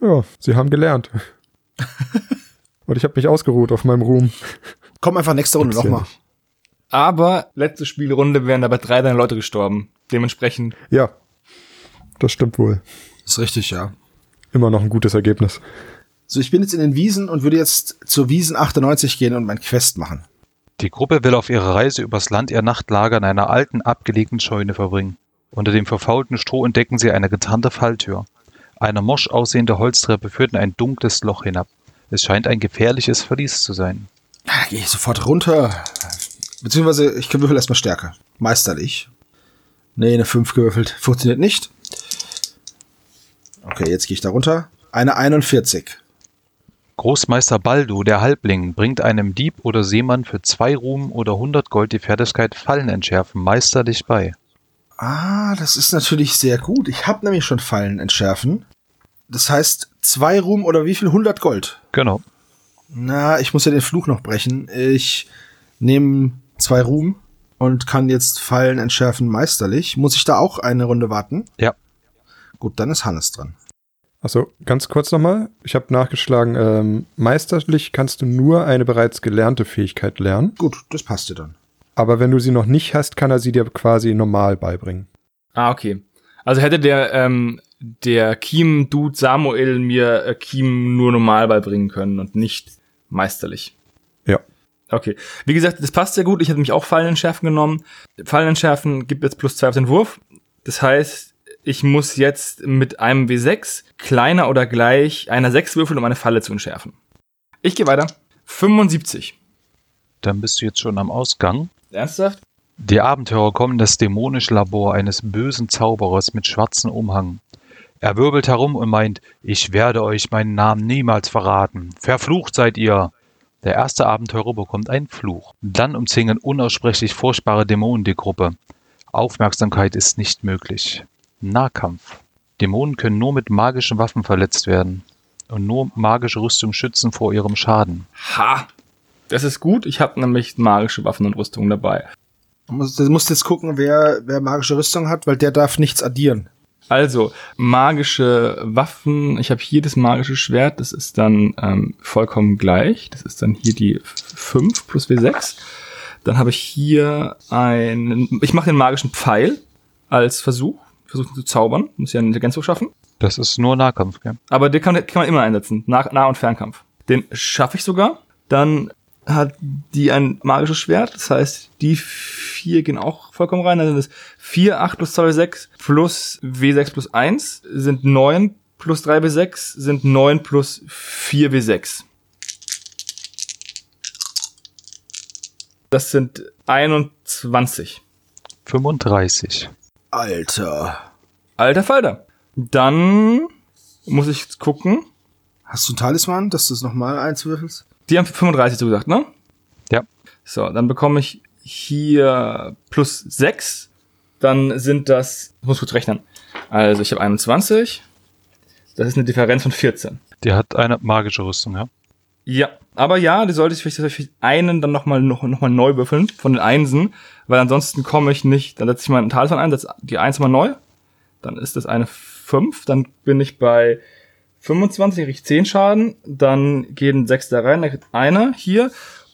Ja, sie haben gelernt. Und ich habe mich ausgeruht auf meinem Ruhm. Komm einfach nächste Runde Gibt's ja nochmal. nicht. Aber letzte Spielrunde wären dabei drei deiner Leute gestorben. Dementsprechend Ja, das stimmt wohl. Ist richtig, ja. Immer noch ein gutes Ergebnis. So, ich bin jetzt in den Wiesen und würde jetzt zur Wiesen 98 gehen und mein Quest machen. Die Gruppe will auf ihrer Reise übers Land ihr Nachtlager in einer alten, abgelegenen Scheune verbringen. Unter dem verfaulten Stroh entdecken sie eine getarnte Falltür. Eine morsch aussehende Holztreppe führt in ein dunkles Loch hinab. Es scheint ein gefährliches Verlies zu sein. Ja, Da gehe Ah, ich sofort runter. Beziehungsweise, ich würfel erstmal Stärke. Meisterlich. Nee, eine 5 gewürfelt. Funktioniert nicht. Okay, jetzt gehe ich da runter. Eine 41. Großmeister Baldu, der Halbling, bringt einem Dieb oder Seemann für zwei Ruhm oder 100 Gold die Fertigkeit Fallen entschärfen meisterlich bei. Ah, das ist natürlich sehr gut. Ich habe nämlich schon Fallen entschärfen. Das heißt, zwei Ruhm oder wie viel? 100 Gold. Genau. Na, ich muss ja den Fluch noch brechen. Ich nehme zwei Ruhm und kann jetzt Fallen entschärfen meisterlich. Muss ich da auch eine Runde warten? Ja. Gut, dann ist Hannes dran. Also ganz kurz nochmal, ich habe nachgeschlagen, ähm, meisterlich kannst du nur eine bereits gelernte Fähigkeit lernen, Gut, das passt dir dann. aber wenn du sie noch nicht hast, kann er sie dir quasi normal beibringen. Ah, okay. Also hätte der, ähm, der Kiem-Dude Samuel mir äh, Kiem nur normal beibringen können und nicht meisterlich. Ja. Okay. Wie gesagt, das passt sehr gut. Ich hätte mich auch Fallen entschärfen genommen. Fallen entschärfen gibt jetzt plus zwei auf den Wurf. Das heißt, ich muss jetzt mit einem W6 kleiner oder gleich einer 6 würfeln, um eine Falle zu entschärfen. Ich gehe weiter. 75. Dann bist du jetzt schon am Ausgang. Ernsthaft? Die Abenteurer kommen in das dämonische Labor eines bösen Zauberers mit schwarzem Umhang. Er wirbelt herum und meint, ich werde euch meinen Namen niemals verraten. Verflucht seid ihr. Der erste Abenteurer bekommt einen Fluch. Dann umzingen unaussprechlich furchtbare Dämonen die Gruppe. Aufmerksamkeit ist nicht möglich. Nahkampf. Dämonen können nur mit magischen Waffen verletzt werden. Und nur magische Rüstung schützen vor ihrem Schaden. Ha! Das ist gut. Ich habe nämlich magische Waffen und Rüstungen dabei. Du musst, du musst jetzt gucken, wer, wer magische Rüstung hat, weil der darf nichts addieren. Also, magische Waffen. Ich habe hier das magische Schwert. Das ist dann ähm, vollkommen gleich. Das ist dann hier die 5 plus W6. Dann habe ich hier einen. Ich mache den magischen Pfeil als Versuch. Versuchen zu zaubern. Muss ja eine Intelligenz hochschaffen. Das ist nur Nahkampf, gell? Aber den kann, den kann man immer einsetzen. Nah, nah und Fernkampf. Den schaffe ich sogar. Dann hat die ein magisches Schwert. Das heißt, die vier gehen auch vollkommen rein. Dann sind es 4, 8 plus 2 6 plus W6 plus 1 sind 9 plus 3 W6 sind 9 plus 4 W6. Das sind 21. 35. Alter. Alter Falter. Dann muss ich jetzt gucken. Hast du einen Talisman, dass du es nochmal einswürfelst? Die haben 35 zugesagt, ne? Ja. So, dann bekomme ich hier plus 6. Dann sind das, ich muss kurz rechnen. Also ich habe 21. Das ist eine Differenz von 14. Der hat eine magische Rüstung, ja? Ja, aber ja, die sollte ich vielleicht, vielleicht einen dann nochmal noch, noch mal neu würfeln von den Einsen, weil ansonsten komme ich nicht, dann setze ich meinen Talisman ein, setze die Eins mal neu, dann ist das eine 5, dann bin ich bei 25 kriege ich 10 Schaden, dann geht ein 6 da rein, dann kriegt einer hier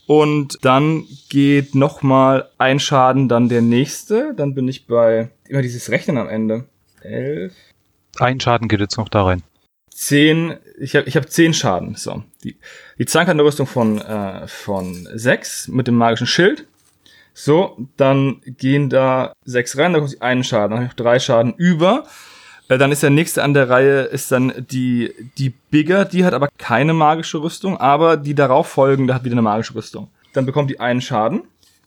und dann geht nochmal ein Schaden, dann der nächste, dann bin ich bei immer dieses Rechnen am Ende. 11, Ein Schaden geht jetzt noch da rein. 10, ich habe ich hab 10 Schaden. So, die, die Zank hat eine Rüstung von, äh, von 6 mit dem magischen Schild. So, dann gehen da 6 rein, da kommt einen Schaden, dann habe ich noch 3 Schaden über. Äh, Dann ist der nächste an der Reihe, ist dann die, die Bigger, die hat aber keine magische Rüstung, aber die darauf folgende hat wieder eine magische Rüstung. Dann bekommt die einen Schaden,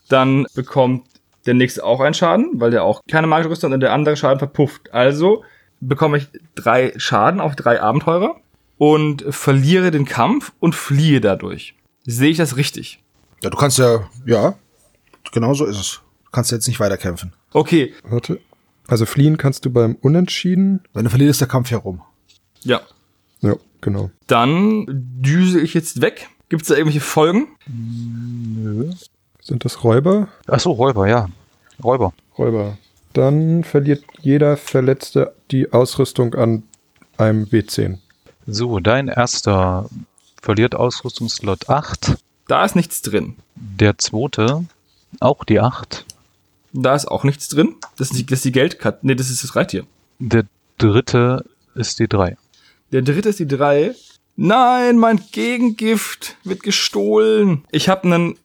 dann bekommt der nächste auch einen Schaden, weil der auch keine magische Rüstung hat und der andere Schaden verpufft. Also bekomme ich drei Schaden auf drei Abenteurer und verliere den Kampf und fliehe dadurch. Sehe ich das richtig? Ja, du kannst ja, ja, genau so ist es. Du kannst jetzt nicht weiterkämpfen. Okay, Warte. Also fliehen kannst du beim Unentschieden. Wenn du verlierst, ist der Kampf herum. ja. Ja, genau. Dann düse ich jetzt weg. Gibt es da irgendwelche Folgen? Sind das Räuber? Ach so, Räuber, ja. Räuber. Räuber. Dann verliert jeder Verletzte die Ausrüstung an einem W10. So, dein erster verliert Ausrüstungslot 8. Da ist nichts drin. Der zweite auch die 8. Da ist auch nichts drin. Das ist die, das ist die Geldkarte. Nee, das ist das Reittier. Der dritte ist die 3. Der dritte ist die drei. Nein, mein Gegengift wird gestohlen. Ich habe einen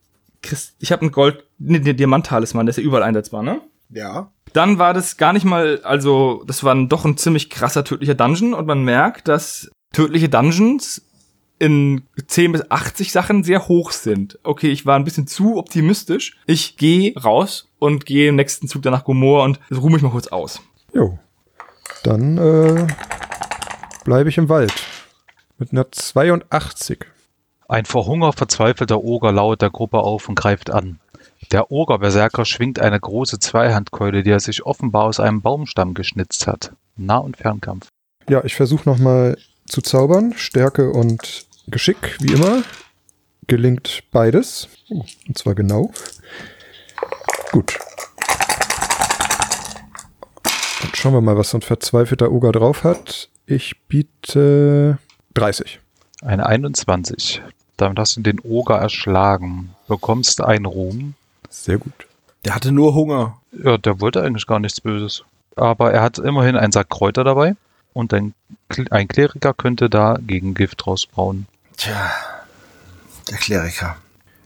ich habe einen Gold nee, den Diamant-Talisman, der ist ja überall einsetzbar, ne? Ja. Dann war das gar nicht mal, also das war ein, doch ein ziemlich krasser tödlicher Dungeon und man merkt, dass tödliche Dungeons in 10 bis 80 Sachen sehr hoch sind. Okay, ich war ein bisschen zu optimistisch. Ich gehe raus und gehe im nächsten Zug danach Gomorra und ruhe mich mal kurz aus. Jo. Dann äh, bleibe ich im Wald. Mit einer 82. Ein vor Hunger verzweifelter Oger lauert der Gruppe auf und greift an. Der Ogerberserker schwingt eine große Zweihandkeule, die er sich offenbar aus einem Baumstamm geschnitzt hat. Nah- und Fernkampf. Ja, ich versuche nochmal zu zaubern. Stärke und Geschick, wie immer. Gelingt beides. Oh, Und zwar genau. Gut. Dann schauen wir mal, was so ein verzweifelter Oger drauf hat. Ich biete 30. Eine 21. Damit hast du den Oger erschlagen. Bekommst einen Ruhm. Sehr gut. Der hatte nur Hunger. Ja, der wollte eigentlich gar nichts Böses. Aber er hat immerhin einen Sack Kräuter dabei. Und ein, Kl- ein Kleriker könnte da gegen Gift rausbrauen. Tja. Der Kleriker.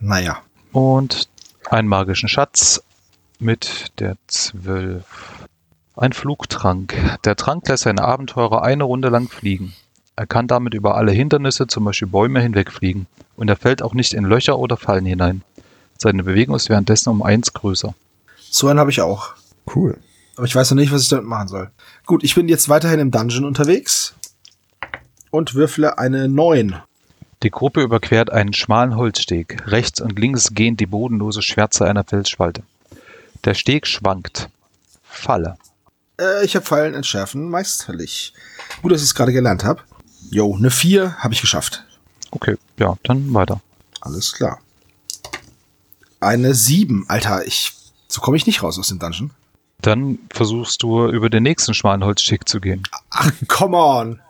Naja. Und einen magischen Schatz mit der 12. Ein Flugtrank. Der Trank lässt seine Abenteurer eine Runde lang fliegen. Er kann damit über alle Hindernisse, zum Beispiel Bäume, hinwegfliegen. Und er fällt auch nicht in Löcher oder Fallen hinein. Seine Bewegung ist währenddessen um eins größer. So einen habe ich auch. Cool. Aber ich weiß noch nicht, was ich damit machen soll. Gut, ich bin jetzt weiterhin im Dungeon unterwegs und würfle eine 9. Die Gruppe überquert einen schmalen Holzsteg. Rechts und links gehen die bodenlose Schwärze einer Felsspalte. Der Steg schwankt. Falle. Äh, ich habe Fallen entschärfen meisterlich. Gut, dass ich es gerade gelernt habe. Jo, eine 4 habe ich geschafft. Okay, ja, dann weiter. Alles klar. Eine 7. Alter, ich. So komme ich nicht raus aus dem Dungeon. Dann versuchst du über den nächsten schmalen Holzsteg zu gehen. Ach, come on.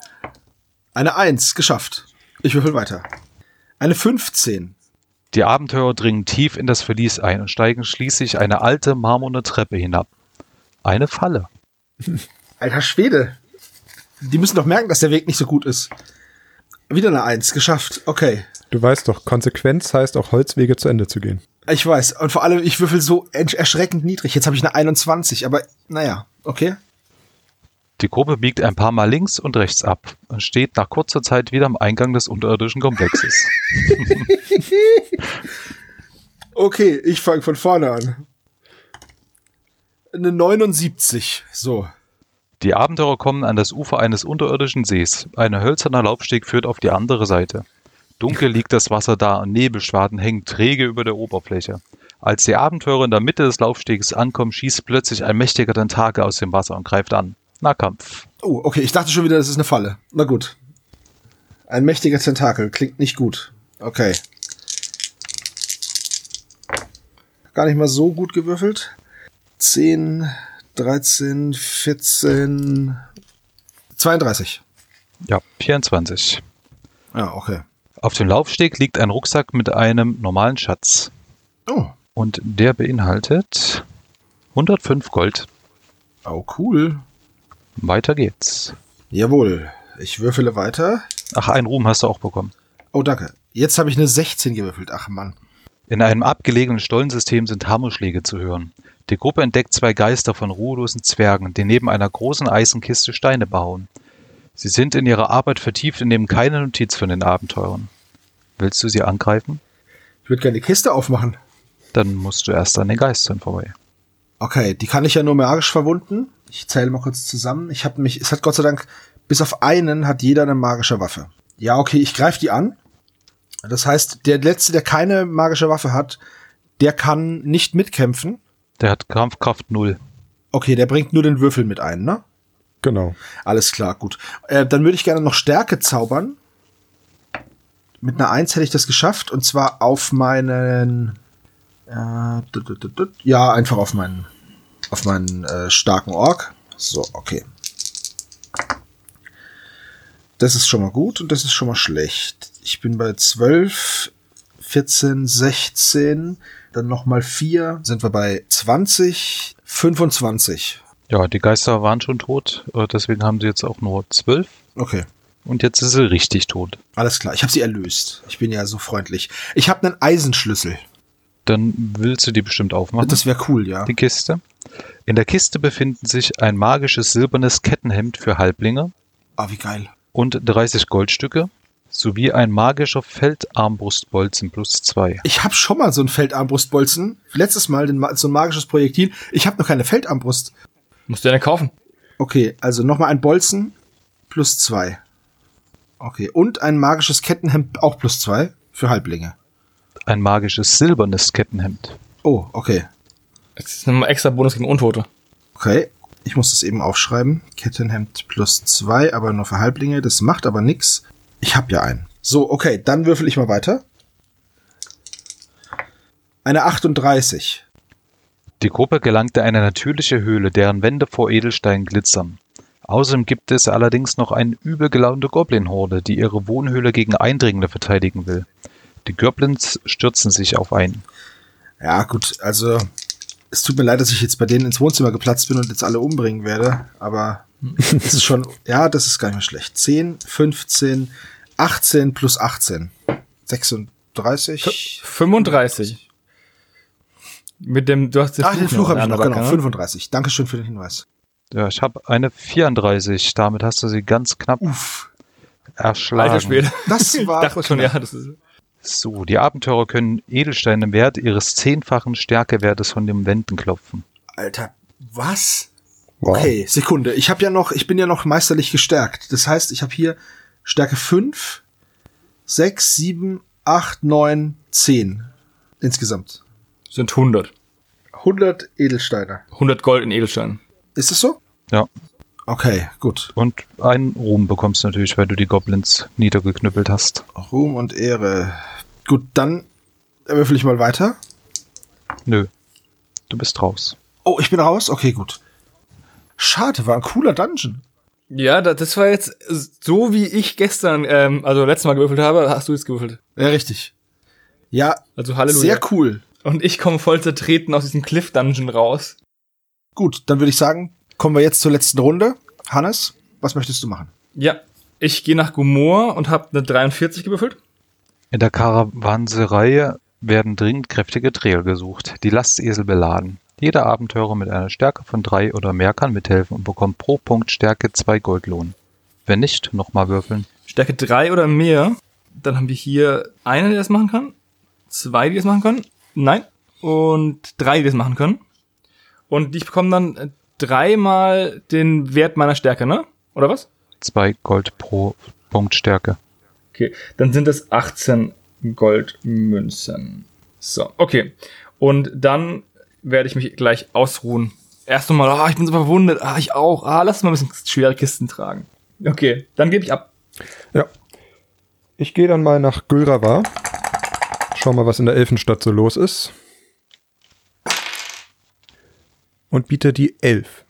Eine 1, geschafft. Ich würfel weiter. Eine 15. Die Abenteurer dringen tief in das Verlies ein und steigen schließlich eine alte marmorne Treppe hinab. Eine Falle. Alter Schwede. Die müssen doch merken, dass der Weg nicht so gut ist. Wieder eine 1, geschafft. Okay. Du weißt doch, Konsequenz heißt auch Holzwege zu Ende zu gehen. Ich weiß. Und vor allem, ich würfel so ersch- erschreckend niedrig. Jetzt habe ich eine 21, aber naja, okay. Die Gruppe biegt ein paar Mal links und rechts ab und steht nach kurzer Zeit wieder am Eingang des unterirdischen Komplexes. Okay, ich fange von vorne an. Eine 79. So. Die Abenteurer kommen an das Ufer eines unterirdischen Sees. Ein hölzerner Laubsteg führt auf die andere Seite. Dunkel liegt das Wasser da und Nebelschwaden hängen träge über der Oberfläche. Als die Abenteurer in der Mitte des Laufstegs ankommen, schießt plötzlich ein mächtiger Tentakel aus dem Wasser und greift an. Nahkampf. Oh, okay. Ich dachte schon wieder, das ist eine Falle. Na gut. Ein mächtiger Tentakel. Klingt nicht gut. Okay. Gar nicht mal so gut gewürfelt. 10, 13, 14, 32. Ja, 24. Ja, okay. Auf dem Laufsteg liegt ein Rucksack mit einem normalen Schatz. Oh. Und der beinhaltet 105 Gold. Oh, cool. Weiter geht's. Jawohl. Ich würfele weiter. Ach, einen Ruhm hast du auch bekommen. Oh, danke. Jetzt habe ich eine 16 gewürfelt. Ach, Mann. In einem abgelegenen Stollensystem sind Hammerschläge zu hören. Die Gruppe entdeckt zwei Geister von ruhelosen Zwergen, die neben einer großen Eisenkiste Steine bauen. Sie sind in ihre Arbeit vertieft und nehmen keine Notiz von den Abenteurern. Willst du sie angreifen? Ich würde gerne die Kiste aufmachen. Dann musst du erst an den Geistern vorbei. Okay, die kann ich ja nur magisch verwunden. Ich zähle mal kurz zusammen. Ich habe mich, es hat Gott sei Dank, bis auf einen hat jeder eine magische Waffe. Ja, okay, ich greife die an. Das heißt, der Letzte, der keine magische Waffe hat, der kann nicht mitkämpfen. Der hat Kampfkraft 0. Okay, der bringt nur den Würfel mit ein, ne? Genau. Alles klar, gut. Äh, dann würde ich gerne noch Stärke zaubern. Mit einer 1 hätte ich das geschafft. Und zwar auf meinen. Äh, dut, dut, dut, dut. ja, einfach auf meinen. Auf meinen äh, starken Ork. So, okay. Das ist schon mal gut und das ist schon mal schlecht. Ich bin bei 12, 14, 16, dann nochmal 4, sind wir bei 20, 25. Ja, die Geister waren schon tot, äh, deswegen haben sie jetzt auch nur 12. Okay. Und jetzt ist sie richtig tot. Alles klar, ich habe sie erlöst. Ich bin ja so freundlich. Ich habe einen Eisenschlüssel. Dann willst du die bestimmt aufmachen. Das wäre cool, ja. die Kiste. In der Kiste befinden sich ein magisches silbernes Kettenhemd für Halblinge Ah, wie geil. und 30 Goldstücke sowie ein magischer Feldarmbrustbolzen plus 2. Ich habe schon mal so einen Feldarmbrustbolzen. Letztes Mal den, Ma- so ein magisches Projektil. Ich habe noch keine Feldarmbrust. Musst du ja kaufen. Okay, also nochmal ein Bolzen plus zwei. Okay, und ein magisches Kettenhemd auch plus zwei für Halblinge. Ein magisches silbernes Kettenhemd. Oh, okay. Das ist ein extra Bonus gegen Untote. Okay, ich muss das eben aufschreiben. Kettenhemd plus zwei, aber nur für Halblinge. Das macht aber nix. Ich hab ja einen. So, okay, dann würfel ich mal weiter. Eine 38. Die Gruppe gelangte in eine natürliche Höhle, deren Wände vor Edelsteinen glitzern. Außerdem gibt es allerdings noch eine übel gelaunte Goblin-Horde, die ihre Wohnhöhle gegen Eindringende verteidigen will. Die Goblins stürzen sich auf einen. Ja, gut, also es tut mir leid, dass ich jetzt bei denen ins Wohnzimmer geplatzt bin und jetzt alle umbringen werde, aber es ist schon, ja, das ist gar nicht mehr schlecht. 10, 15, 18 plus 18. 36. 35. Mit dem, du hast Ach, den Fluch habe ich noch, an der genau, Backe, ne? 35. Dankeschön für den Hinweis. Ja, ich habe eine 34. Damit hast du sie ganz knapp Uff, erschlagen. Alter Schwede. das war Dachte schon, ja, das ist. So, die Abenteurer können Edelsteine im Wert ihres zehnfachen Stärkewertes von den Wänden klopfen. Alter, was? Wow. Okay, Sekunde. Ich habe ja noch, ich bin ja noch meisterlich gestärkt. Das heißt, ich habe hier Stärke 5, 6, 7, 8, 9, 10 insgesamt. Sind 100. 100 Edelsteine. 100 Gold in Edelsteinen. Ist es so? Ja, Okay, gut. und einen Ruhm bekommst du natürlich, weil du die Goblins niedergeknüppelt hast. Ruhm und Ehre. Gut, dann würfel ich mal weiter. Nö. Du bist raus. Oh, ich bin raus? Okay, gut. Schade, war ein cooler Dungeon. Ja, da- das war jetzt so, wie ich gestern, ähm, also letztes Mal gewürfelt habe, hast du jetzt gewürfelt. Ja, richtig. Ja, Also Halleluja. sehr cool. Und ich komme voll zertreten aus diesem Cliff Dungeon raus. Gut, dann würde ich sagen, kommen wir jetzt zur letzten Runde. Hannes, was möchtest du machen? Ja, ich gehe nach Gomor und habe eine 43 gewürfelt. In der Karawanserei werden dringend kräftige Träger gesucht, die Lastesel beladen. Jeder Abenteurer mit einer Stärke von drei oder mehr kann mithelfen und bekommt pro Punkt Stärke zwei Goldlohn. Wenn nicht, nochmal würfeln. Stärke 3 oder mehr. Dann haben wir hier eine, die das machen kann. Zwei, die das machen können. Nein. Und drei, die das machen können. Und ich bekomme dann äh, dreimal den Wert meiner Stärke, ne? Oder was? Zwei Gold pro Punkt Stärke. Okay, dann sind es 18 Goldmünzen. So, okay. Und dann werde ich mich gleich ausruhen. Erst nochmal, ah, ich bin so verwundet, ah, ich auch, ah, lass uns mal ein bisschen schwere Kisten tragen. Okay, dann gebe ich ab. Ja. Ich gehe dann mal nach Gülrawa. Schau mal, was in der Elfenstadt so los ist. Und biete die Elf.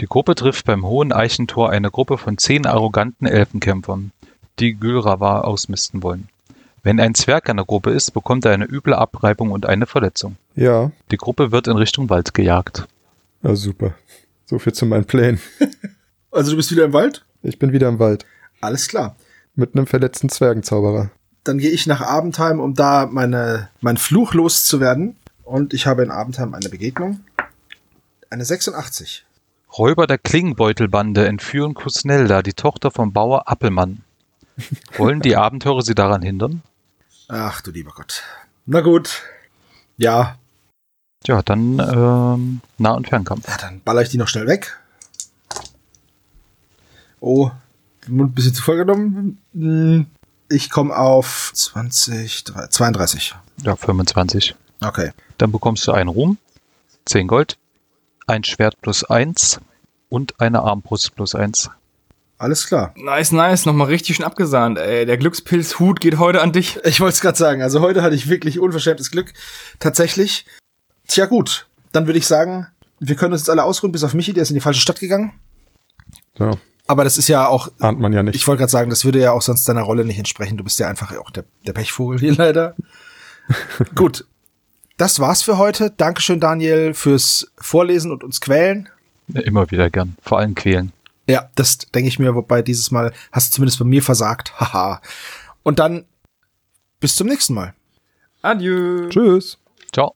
Die Gruppe trifft beim hohen Eichentor eine Gruppe von zehn arroganten Elfenkämpfern, die Gülrawa ausmisten wollen. Wenn ein Zwerg in der Gruppe ist, bekommt er eine üble Abreibung und eine Verletzung. Ja, Die Gruppe wird in Richtung Wald gejagt. ja Ah, super. So viel zu meinen Plänen. Also du bist wieder im Wald? Ich bin wieder im Wald. Alles klar. Mit einem verletzten Zwergenzauberer. Dann gehe ich nach Abendheim, um da meine, mein Fluch loszuwerden. Und ich habe in Abendheim eine Begegnung. Eine 86. Räuber der Klingenbeutelbande entführen Kusnelda, die Tochter vom Bauer Appelmann. Wollen die Abenteurer sie daran hindern? Ach du lieber Gott. Na gut. Ja, Tja, dann ähm, Nah- und Fernkampf. ja, dann baller ich die noch schnell weg. Oh, ein bisschen zu voll genommen. Hm, Ich komme auf 20, 30, 32. Ja, 25. Okay. Dann bekommst du einen Ruhm, 10 Gold, ein Schwert plus 1 und eine Armbrust plus 1. Alles klar. Nice, nice, nochmal richtig schön abgesahnt, ey. Der Glückspilzhut geht heute an dich. Ich wollte es gerade sagen. Also heute hatte ich wirklich unverschämtes Glück. Tatsächlich. Tja gut, dann würde ich sagen, wir können uns jetzt alle ausruhen, bis auf Michi, der ist in die falsche Stadt gegangen. Ja, Aber das ist ja auch, äh, ahnt man ja nicht. ich wollte gerade sagen, das würde ja auch sonst deiner Rolle nicht entsprechen. Du bist ja einfach auch der, der Pechvogel hier leider. gut, das war's für heute. Dankeschön, Daniel, fürs Vorlesen und uns quälen. Immer wieder gern, vor allem quälen. Ja, das denke ich mir, wobei dieses Mal hast du zumindest bei mir versagt. Haha. und dann bis zum nächsten Mal. Adieu. Tschüss. Ciao.